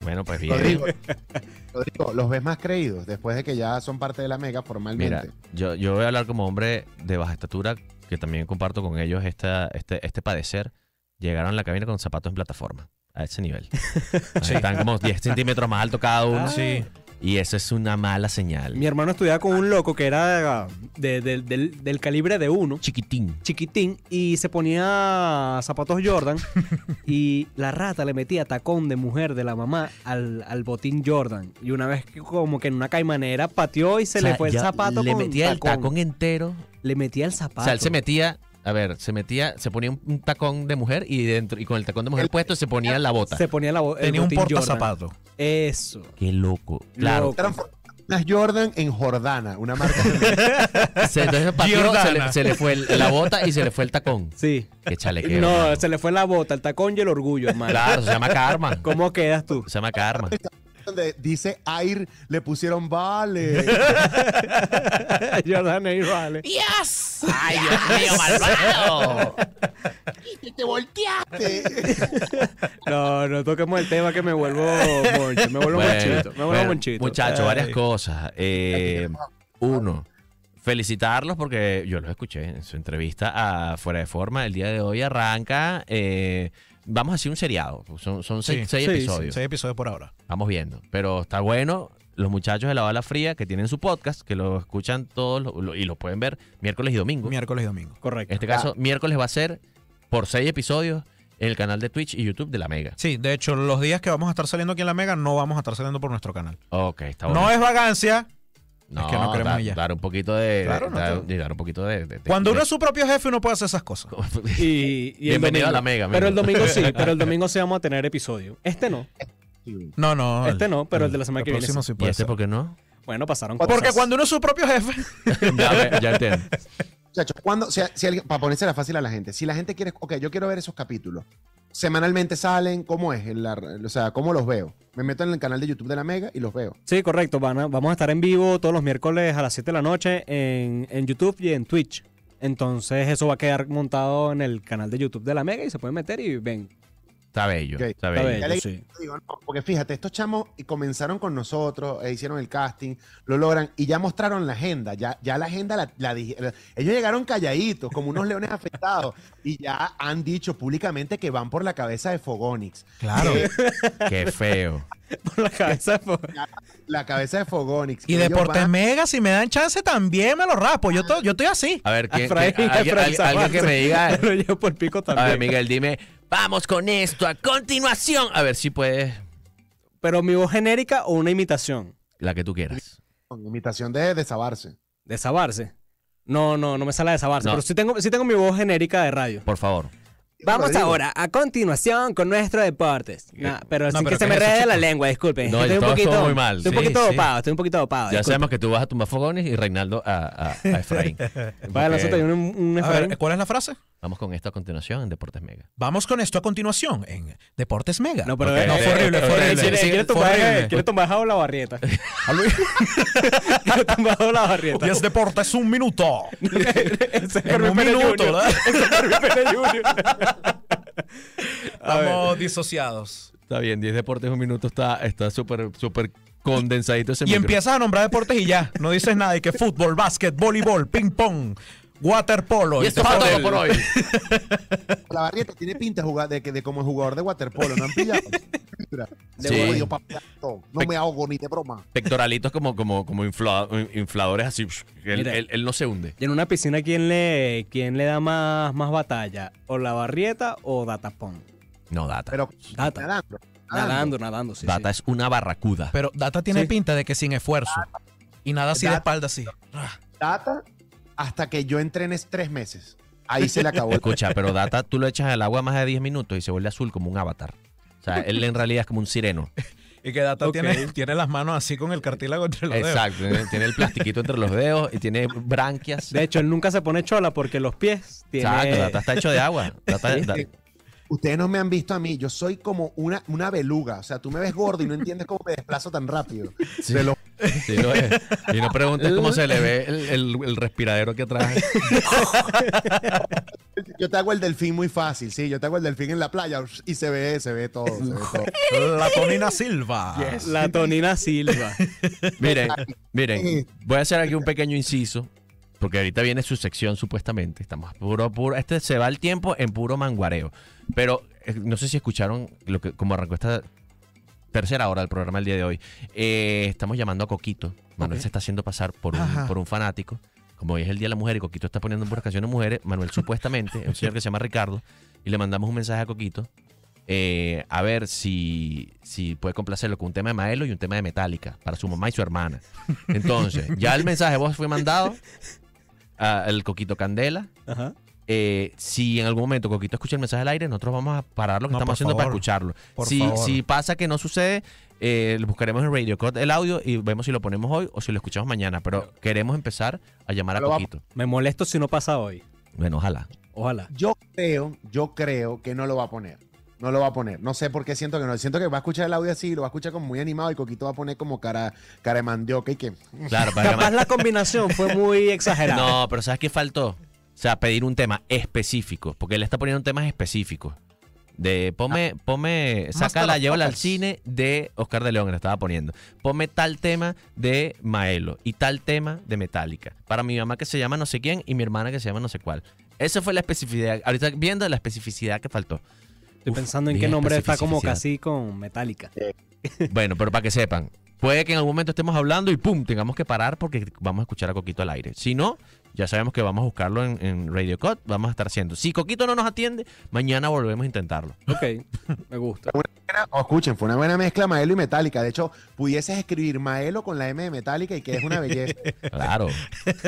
Bueno, pues bien. Rodrigo, Rodrigo, ¿los ves más creídos después de que ya son parte de la mega Mira, formalmente? yo, yo voy a hablar como hombre de baja estatura, que también comparto con ellos esta, este, este padecer. Llegaron a la cabina con zapatos en plataforma, a ese nivel. Están como 10 centímetros más alto cada uno. Sí. Y eso es una mala señal. Mi hermano estudiaba con un loco que era de- de- del, del calibre de uno, Chiquitín. chiquitín, y se ponía zapatos Jordan y la rata le metía tacón de mujer de la mamá al, al botín Jordan. Y una vez que como que en una caimanera pateó y se O sea, le fue el ya zapato Le con metía el tacón entero. Le metía el zapato. O sea, él se metía, a ver, se metía, se ponía un, un tacón de mujer y dentro y con el tacón de mujer puesto se ponía la bota. Se ponía la bo- el Tenía un botín Jordan. portazapato. Eso. Qué loco. Claro. Loco. Las Jordan en Jordana, una marca. Se, entonces pateó, se Giordana. le, se le fue el- la bota y se le fue el tacón. Sí. Qué chalequeo. No, hermano. se le fue la bota, el tacón y el orgullo, hermano. Claro, se llama karma. ¿Cómo quedas tú? Se llama karma. donde dice Air, le pusieron vale. Jordan ¿eh? ahí, vale. ¡Yes! ¡Ay, Dios mío, malvado! ¡Te volteaste! No, no toquemos el tema que me vuelvo moncho. Me vuelvo Bueno, monchito. Me vuelvo bueno, monchito. Muchachos, varias Ay. cosas. Eh, uno, felicitarlos porque yo los escuché en su entrevista a Fuera de Forma. El día de hoy arranca. eh, vamos a hacer un seriado. Son, son Sí. seis, seis Sí, sí, episodios. Seis episodios por ahora. Vamos viendo. Pero está bueno. Los muchachos de La Bala Fría que tienen su podcast, que lo escuchan todos lo- lo- y lo pueden ver miércoles y domingo. Miércoles y domingo. Correcto. En este caso, miércoles va a ser por seis episodios en el canal de Twitch y YouTube de La Mega. Sí, de hecho, los días que vamos a estar saliendo aquí en la Mega no vamos a estar saliendo por nuestro canal. Ok, está bueno. No es vagancia. No, Es que no queremos dar, ya. dar un poquito de. Claro, Claro, no dar, te- y dar un poquito de. de- de- Cuando uno de- es su propio jefe, uno puede hacer esas cosas. Y, y el Bienvenido domingo. a la mega, Pero el amigo. domingo sí, pero el domingo sí vamos a tener episodio. Este no, No, no. el- este no, pero el de la semana el que viene. próximo sí. sí ¿Y puede este ser. por qué no? Bueno, pasaron cosas. Porque cuando uno es su propio jefe. ya, ve- ya entiendo. Muchachos, cuando, si, si alguien- para ponérsela fácil a la gente, si la gente quiere, ok, yo quiero ver esos capítulos. Semanalmente salen, ¿cómo es? En la- o sea, ¿cómo los veo? Me meto en el canal de YouTube de la Mega y los veo. Sí, correcto. Van a- vamos a estar en vivo todos los miércoles a las 7 de la noche en, en YouTube y en Twitch. Entonces eso va a quedar montado en el canal de YouTube de la Mega y se pueden meter y ven. Está bello. Ok, Está Está bello. bello, Dale. sí. Digo, no, porque fíjate, estos chamos comenzaron con nosotros, eh, hicieron el casting, lo logran y ya mostraron la agenda. Ya, ya la agenda la, la dije- la- Ellos llegaron calladitos, como unos leones afectados, y ya han dicho públicamente que van por la cabeza de Fogonix. Claro. Qué feo. Por la cabeza. por- La cabeza de Fogonix. Y Ellos Deportes van- Mega, si me dan chance, también me lo raspo. Yo, to- yo estoy así. A ver, a ¿quién, Efraín, quién- a alguien, Efraín alguien- alguien que me diga. Samar. Lo llevo por pico A también. ver, Miguel, dime. Vamos con esto a continuación. A ver si puedes. Pero mi voz genérica o una imitación. La que tú quieras. Con imitación de desabarse. Desabarse. No, no, no me sale a desabarse. No. Pero sí tengo, sí tengo mi voz genérica de radio. Por favor. Vamos Rodrigo. ahora, a continuación, con nuestros deportes. No, pero No, sin pero que se ¿qué me es eso, rede la chico? lengua, disculpen. No, estoy un todo estuvo poquito, muy mal. Estoy Sí, un poquito sí. dopado, estoy un poquito dopado. Ya disculpen. sabemos que tú vas a tumbar fogones y Reinaldo a, a, a Efraín. Vale, Porque- nosotros tenemos un, un A Efraín. ver, ¿cuál es la frase? Vamos con esto a continuación en Deportes Mega. Vamos con esto a continuación en Deportes Mega. No, pero Ok. eh, No, fue horrible, fue eh, horrible. Quiere, Sí, quiere fue tumbar, horrible. quiere tumbar a la barrieta. Ah, quiere tumbar a la barrieta. 10 Deportes, un minuto. Ese es En Carmen un Pérez minuto, Jr. ¿verdad? Ese es Carmen Pérez Jr. Estamos disociados. Está bien, 10 deportes, un minuto está está súper, súper condensadito ese Y empiezas a nombrar deportes y ya. No dices nada. Y que fútbol, básquet, voleibol, ping pong, waterpolo. Y esto fue todo por hoy. La barrieta tiene pinta de, jugar- de, que- de como jugador de waterpolo, ¿no han pillado? Mira, de Sí. odio, papi, no, no me ahogo ni de broma. Pectoralitos como, como, como infla- infladores así. Él, Mira. él- él no se hunde. Y en una piscina, ¿quién le, quién le da más, más batalla? ¿O la barrieta o Datapon? No, Data. Pero Data. nadando. Nadando, nadando, sí. Data sí. es una barracuda. Pero Data tiene Sí. pinta de que sin esfuerzo. Y nada así de Data. espalda así. Data hasta que yo entrenes tres meses. Ahí se le acabó el Escucha, pero Data tú lo echas al agua más de 10 minutos y se vuelve azul como un avatar. O sea, él en realidad es como un sireno. Y que Data Ok. tiene, tiene las manos así con el cartílago entre los dedos. Exacto. eh, Tiene el plastiquito entre los dedos y tiene branquias. De hecho, él nunca se pone chola porque los pies tiene... Exacto, Data está hecho de agua. Data- da- Ustedes no me han visto a mí, yo soy como una, una beluga. O sea, tú me ves gordo y no entiendes cómo me desplazo tan rápido. sí, De lo- sí lo es. Y no preguntes cómo se le ve el, el- el respiradero que atrás. Yo te hago el delfín muy fácil, sí. Yo te hago el delfín en la playa y se ve, se ve todo. Se ve todo. La Tonina Silva. La Tonina Silva. Miren, miren, voy a hacer aquí un pequeño inciso, porque ahorita viene su sección supuestamente. Estamos puro, puro. Este se va el tiempo en puro manguareo. Pero eh, no sé si escucharon lo que, como arrancó esta tercera hora del programa el día de hoy. Eh, estamos llamando a Coquito. Manuel Ok. se está haciendo pasar por Ajá. un, por un fanático. Como hoy es el Día de la Mujer y Coquito está poniendo puras canciones de mujeres, Manuel supuestamente, un señor que se llama Ricardo, y le mandamos un mensaje a Coquito eh, a ver si, si puede complacerlo con un tema de Maelo y un tema de Metallica para su mamá y su hermana. Entonces, ya el mensaje de voz fue mandado al Coquito Candela. Ajá. Eh, si en algún momento Coquito escucha el mensaje al aire, nosotros vamos a parar lo que No, estamos por haciendo para favor. escucharlo. Por Si, favor. si pasa que no sucede, eh, lo buscaremos en Radio Cut el audio y vemos si lo ponemos hoy o si lo escuchamos mañana. Pero queremos empezar a llamar a Lo vamos- Coquito. Me molesto si no pasa hoy. Bueno, ojalá. Ojalá. Yo creo, yo creo que no lo va a poner. No lo va a poner. No sé por qué siento que no. Siento que va a escuchar el audio así, lo va a escuchar como muy animado y Coquito va a poner como cara, cara de mandioca y que. Claro, para Capaz llamar. la combinación fue muy exagerada. No, pero ¿sabes qué faltó? O sea, pedir un tema específico, porque él está poniendo temas específicos. De ponme, ponme, sácala, llévala al cine de Oscar de León, que la estaba poniendo. Ponme tal tema de Maelo y tal tema de Metallica. Para mi mamá que se llama no sé quién y mi hermana que se llama no sé cuál. Esa fue la especificidad. Ahorita viendo la especificidad que faltó. Estoy Uf, pensando en bien qué nombre está como especificidad. casi con Metallica. Bueno, pero para que sepan, puede que en algún momento estemos hablando y pum, tengamos que parar porque vamos a escuchar a Coquito al aire. Si no, ya sabemos que vamos a buscarlo en, en Radio Cut, vamos a estar haciendo. Si Coquito no nos atiende, mañana volvemos a intentarlo. Ok, me gusta. O escuchen, fue una buena mezcla Maelo y Metallica. De hecho, pudieses escribir Maelo con la M de Metallica y que es una belleza. Claro.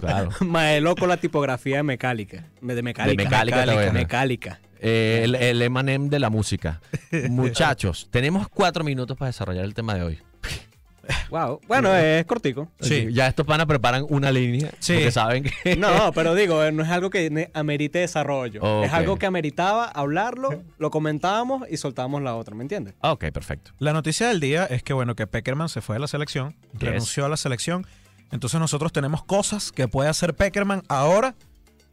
claro. Maelo con la tipografía de Mecálica. De Mecálica. Mecálica está buena. Mecálica. Eh, el, el Emanem de la música. Muchachos, tenemos cuatro minutos para desarrollar el tema de hoy. Wow. Bueno, es cortico. Sí. Ya estos panas preparan una línea Sí. porque saben que... No, pero digo, eh, no es algo que ne- amerite desarrollo. Ok. Es algo que ameritaba hablarlo, lo comentábamos y soltábamos la otra, ¿me entiendes? Ah, ok, perfecto. La noticia del día es que, bueno, que Peckerman se fue de la selección, Yes. renunció a la selección. Entonces nosotros tenemos cosas que puede hacer Peckerman ahora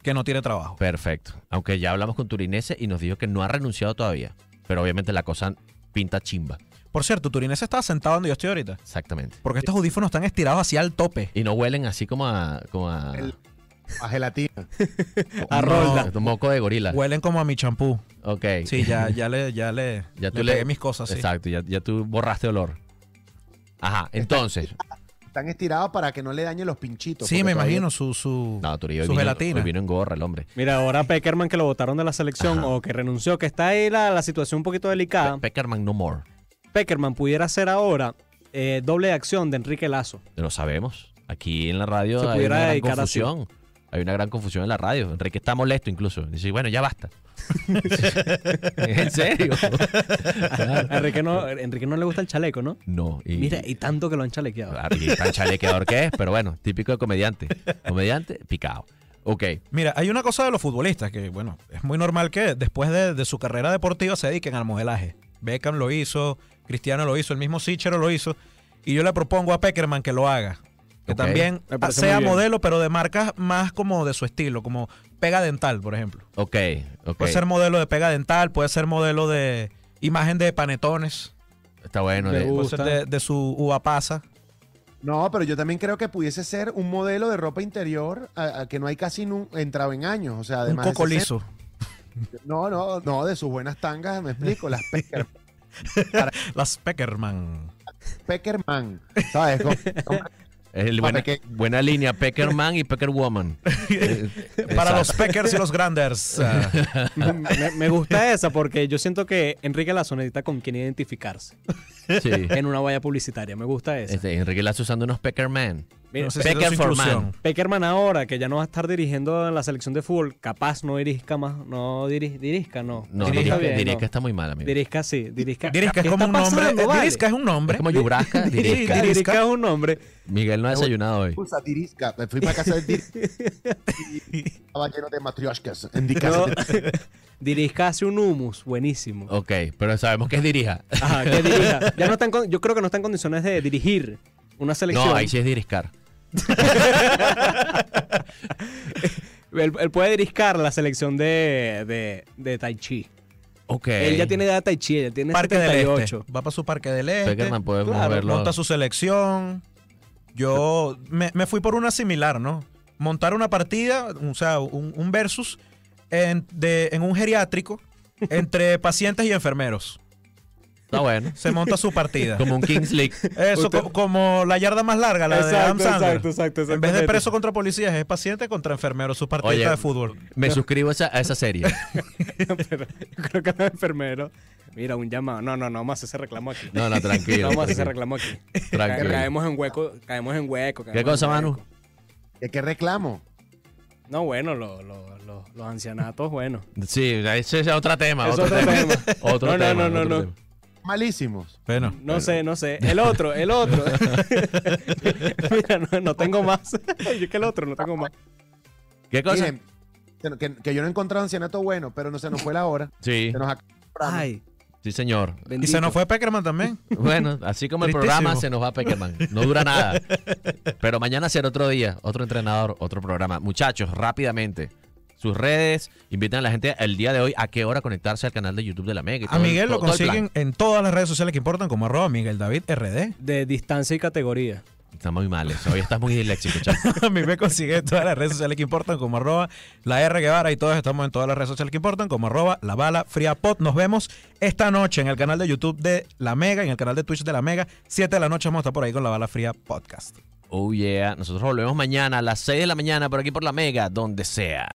que no tiene trabajo. Perfecto. Aunque ya hablamos con Turinese y nos dijo que no ha renunciado todavía. Pero obviamente la cosa pinta chimba. Por cierto, Turinese estaba sentado donde yo estoy ahorita. Exactamente. Porque estos audífonos están estirados hacia el tope. Y no huelen así como a. Como a, El- A gelatina. a No. rolda. Un moco de gorila. Huelen como a mi champú. Ok. Sí, ya, ya le, ya le, Ya le tú le- pegué mis cosas. sí. Exacto, ya, ya tú borraste olor. Ajá, entonces. Están estirados para que no le dañen los pinchitos. Sí, porque me todavía- imagino su, su, No, Turi, hoy su vino, gelatina. hoy vino en gorra el hombre. Mira, ahora Peckerman que lo votaron de la selección Ajá. o que renunció, que está ahí la, la situación un poquito delicada. Pe- Peckerman no more. Peckerman pudiera ser ahora eh, doble de acción de Enrique Lazo. Lo sabemos. Aquí en la radio Se hay pudiera una gran dedicar a ti. confusión. Hay una gran confusión en la radio. Enrique está molesto incluso. Dice, bueno, ya basta. en serio. A Enrique no, a Enrique no le gusta el chaleco, ¿no? No. Y, Mira, y tanto que lo han chalequeado. Claro, y tan chalequeador que es, pero bueno, típico de comediante. Comediante, picado. Ok, Mira, hay una cosa de los futbolistas que, bueno, es muy normal que después de, de su carrera deportiva se dediquen al modelaje. Beckham lo hizo, Cristiano lo hizo, el mismo Sichero lo hizo. Y yo le propongo a Peckerman que lo haga. Que Ok. también Me parece sea muy bien. modelo, pero de marcas más como de su estilo, como pega dental, por ejemplo. ok, ok. Pues Puede ser modelo de pega dental, puede ser modelo de imagen de panetones, Está bueno. Me eh. gusta. puede ser de, de su uva pasa. No, pero yo también creo que pudiese ser un modelo de ropa interior a- a que no hay casi nu- entrado en años. O sea, Un además. de coco 60. liso. No, no, no, de sus buenas tangas, me explico. Las Pecker- Las Peckerman. Peckerman. ¿Sabes? Como- como- El buena, que- buena línea, Peckerman y Peckerwoman. Eh, Para exacto. los Peckers y los Granders. Ah. me, me gusta esa porque yo siento que Enrique Lazo necesita con quién identificarse Sí. en una valla publicitaria. Me gusta esa. Este, Enrique Lazo usando unos Peckerman. Mira, No sé si Pecker era su for inclusión. man. Peckerman ahora, que ya no va a estar dirigiendo en la selección de fútbol, capaz no dirisca más, no diri- dirisca, no. No, Dirisca Dirisca, bien, Dirisca no. está muy mal, amigo. Dirisca sí, dirisca. Dirisca es ¿Qué como está un nombre. pasando, eh, vale? Dirisca es un Es nombre. como Yubrasca, Dirisca. Dirisca. Dirisca es un nombre. Miguel no ha desayunado hoy. Usa tirisca. Me fui para casa de tirisca. y Estaba lleno de matrioshkas. En mi casa No. de- Dirisca hace un humus, buenísimo. Oh. Ok, pero sabemos que es Dirija. Ajá, que dirija. Ya no está en con- yo creo que no está en condiciones de dirigir una selección. No, ahí sí es Diriscar. Él, él puede discar la selección de, de, de Tai Chi. Ok. Él ya tiene edad Tai Chi, él tiene Parque del 78. Este. Va para su Parque del Este. Peckerman podemos Claro, verlo. monta su selección. Yo me, me fui por una similar, ¿no? Montar una partida, o sea, un, un versus en, de- en un geriátrico entre pacientes y enfermeros. Está bueno. Se monta su partida. Como un Kings League. Eso, Usted- co- como la yarda más larga, la de Adam Exacto, Sandler. exacto, exacto, En vez de exactamente. preso contra policías, es paciente contra enfermeros, su partida Oye, de fútbol. Me suscribo a esa, a esa serie. Pero yo creo que los enfermeros. Mira, un llamado. No, no, no, vamos a hacer ese reclamo aquí. No, no, tranquilo. No vamos a hacer ese tranquilo, reclamo aquí. Ca- tranquilo. Caemos en hueco, caemos en hueco. caemos ¿Qué cosa, en hueco. Manu? ¿De qué reclamo? No, bueno, lo- lo- lo- los ancianatos, bueno. Sí, ese es otro tema. Es Otro, otro tema. tema. Otro No, no, tema, no, otro no, tema. Malísimos. Bueno, No sé, no sé. El otro, el otro. Mira, no, no tengo más. Yo que el otro, no tengo más. ¿Qué cosa? Miren, que- que, que yo no he encontrado ancianato bueno, pero no se nos fue la hora. sí, Se nos acabó el programa. sí, señor. y se nos fue Peckerman también. Bueno, así como el Tristísimo. programa se nos va Peckerman. No dura nada. Pero mañana será otro día, otro entrenador, otro programa. Muchachos, rápidamente. Sus redes, invitan a la gente el día de hoy a qué hora conectarse al canal de YouTube de la Mega. y A todo el- Miguel lo todo- todo el plan. consiguen en todas las redes sociales que importan, como arroba Miguel David RD. De distancia y categoría. Estamos muy males. Hoy estás muy disléxico, chaval. A mí me consiguen en todas las redes sociales que importan, como arroba la R Guevara. Y todos estamos en todas las redes sociales que importan, como arroba la bala fría pot. Nos vemos esta noche en el canal de YouTube de La Mega, en el canal de Twitch de La Mega. 7 de la noche vamos a estar por ahí con la bala fría podcast. Oh yeah. Nosotros volvemos mañana a las 6 de la mañana por aquí por la Mega, donde sea.